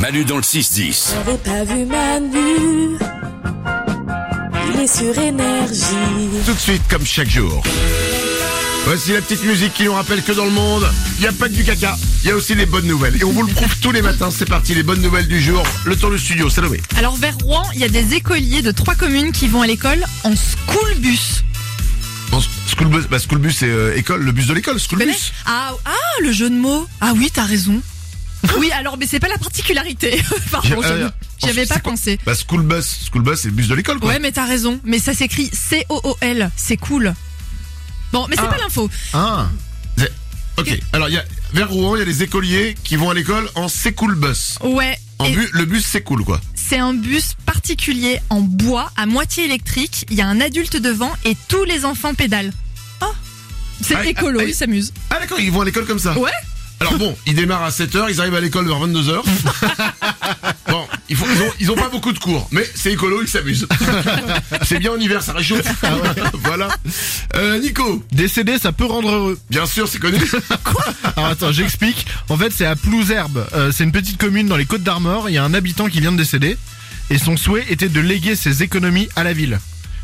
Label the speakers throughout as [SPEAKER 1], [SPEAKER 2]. [SPEAKER 1] Manu dans le 6-10.
[SPEAKER 2] J'avais pas vu Manu. Il est sur énergie.
[SPEAKER 3] Tout de suite, comme chaque jour. Voici la petite musique qui nous rappelle que dans le monde, il n'y a pas que du caca, il y a aussi des bonnes nouvelles. Et on vous le prouve tous les matins, c'est parti, les bonnes nouvelles du jour. Le tour du studio, Salomé.
[SPEAKER 4] Alors vers Rouen, il y a des écoliers de trois communes qui vont à l'école en school bus.
[SPEAKER 3] Bon, school bus, bah, school bus c'est euh, école, le bus de l'école, school
[SPEAKER 4] Connais
[SPEAKER 3] bus.
[SPEAKER 4] Ah, ah, le jeu de mots. Ah oui, t'as raison. Oui, alors, mais c'est pas la particularité.
[SPEAKER 3] Hein J'ai-
[SPEAKER 4] Pardon,
[SPEAKER 3] euh,
[SPEAKER 4] Ah, j'avais-
[SPEAKER 3] en
[SPEAKER 4] j'avais
[SPEAKER 3] fait,
[SPEAKER 4] pas
[SPEAKER 3] c'est quoi
[SPEAKER 4] pensé.
[SPEAKER 3] Bah, school bus, school bus, c'est le bus de l'école, quoi.
[SPEAKER 4] Ouais, mais t'as raison. Mais ça s'écrit C-O-O-L. C'est cool. Bon, mais c'est
[SPEAKER 3] Ah.
[SPEAKER 4] pas l'info.
[SPEAKER 3] Ah. C'est- Ok. Alors, il y a, vers Rouen, il y a des écoliers qui vont à l'école en c'est cool bus.
[SPEAKER 4] Ouais.
[SPEAKER 3] En
[SPEAKER 4] et
[SPEAKER 3] bu- le bus, c'est cool, quoi.
[SPEAKER 4] C'est un bus particulier en bois, à moitié électrique. Il y a un adulte devant et tous les enfants pédalent. Oh. C'est
[SPEAKER 3] Aïe,
[SPEAKER 4] écolo,
[SPEAKER 3] aïe.
[SPEAKER 4] ils s'amusent.
[SPEAKER 3] Ah, d'accord, ils vont à l'école comme ça.
[SPEAKER 4] Ouais.
[SPEAKER 3] Alors bon, ils démarrent à 7h, ils arrivent à l'école vers 22h. Bon, ils, font- ils, ont, ils ont pas beaucoup de cours, mais c'est écolo, ils s'amusent. c'est bien en hiver, ça réchauffe. voilà. Euh, Nico,
[SPEAKER 5] Décédé, ça peut rendre heureux.
[SPEAKER 3] bien sûr, c'est connu.
[SPEAKER 5] Alors attends, j'explique. En fait, c'est à Plouzerbe. Euh, c'est une petite commune dans les Côtes d'Armor. Il y a un habitant qui vient de décéder. Et son souhait était de léguer ses économies à la ville.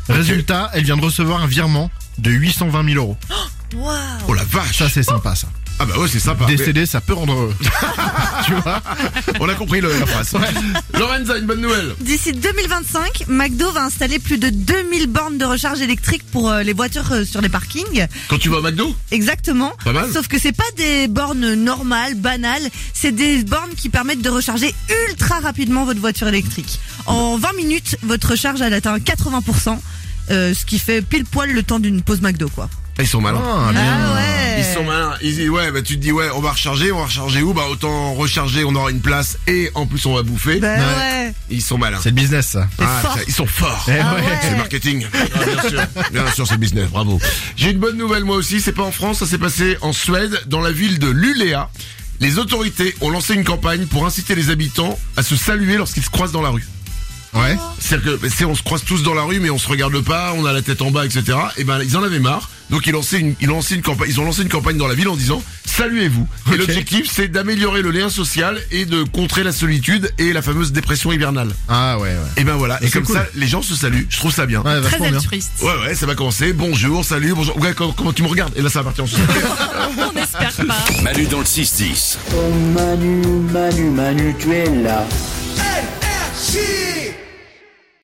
[SPEAKER 5] Résultat, elle vient de recevoir un virement de 820 000 euros.
[SPEAKER 3] Oh la vache.
[SPEAKER 5] Ça, c'est sympa, ça.
[SPEAKER 3] Ah bah ouais, c'est sympa.
[SPEAKER 5] Décédé, ça peut rendre heureux. tu vois
[SPEAKER 3] Mais On a compris le- la phrase. Lorenza, une bonne nouvelle.
[SPEAKER 6] D'ici 2025, McDo va installer plus de 2000 bornes de recharge électrique pour euh, les voitures euh, sur les parkings.
[SPEAKER 3] Quand tu vas au McDo
[SPEAKER 6] Exactement.
[SPEAKER 3] Pas mal.
[SPEAKER 6] Sauf que c'est pas des bornes normales, banales. C'est des bornes qui permettent de recharger ultra rapidement votre voiture électrique. En 20 minutes, votre recharge elle atteint 80%. euh, ce qui fait pile poil le temps d'une pause McDo quoi.
[SPEAKER 3] Ah, Ils sont malins.
[SPEAKER 5] Ah, bien.
[SPEAKER 6] Ah ouais.
[SPEAKER 3] Ils sont malins. Ils disent ouais, bah tu te dis ouais, on va recharger, on va recharger où Bah autant recharger, on aura une place et en plus on va bouffer.
[SPEAKER 4] Bah.
[SPEAKER 6] Ben
[SPEAKER 5] Ouais.
[SPEAKER 6] ouais.
[SPEAKER 3] Ils sont malins.
[SPEAKER 5] C'est le business, ça.
[SPEAKER 3] Ah,
[SPEAKER 6] fort.
[SPEAKER 3] ça, ils sont forts.
[SPEAKER 5] Eh
[SPEAKER 6] Ah
[SPEAKER 5] ouais.
[SPEAKER 6] ouais.
[SPEAKER 3] C'est le marketing. Ah, bien sûr, bien sûr, c'est le business. Bravo. J'ai une bonne nouvelle moi aussi. C'est pas en France, ça s'est passé en Suède, dans la ville de Luleå. Les autorités ont lancé une campagne pour inciter les habitants à se saluer lorsqu'ils se croisent dans la rue.
[SPEAKER 5] Ouais.
[SPEAKER 3] C'est-à-dire que c'est on se croise tous dans la rue, mais on se regarde pas, on a la tête en bas, etc. Et ben ils en avaient marre, donc ils lançaient une, ils lançaient une campagne, ils ont lancé une campagne dans la ville en disant saluez-vous. Et l'objectif c'est d'améliorer le lien social et de contrer la solitude et la fameuse dépression hivernale.
[SPEAKER 5] Ah ouais, ouais.
[SPEAKER 3] Et ben voilà, et
[SPEAKER 5] C'est
[SPEAKER 3] comme
[SPEAKER 5] cool.
[SPEAKER 3] ça les gens se saluent. Je trouve ça bien.
[SPEAKER 5] Ouais,
[SPEAKER 4] Très
[SPEAKER 5] vachement bien.
[SPEAKER 4] altruiste.
[SPEAKER 3] Ouais ouais, ça va commencer. Bonjour, salut, bonjour. Ouais, comment, comment tu me regardes Et là ça va partir en sucette.
[SPEAKER 4] On n'espère pas.
[SPEAKER 1] Manu dans le 6-10.
[SPEAKER 7] Oh Manu, Manu, Manu, tu es là.
[SPEAKER 8] Energia!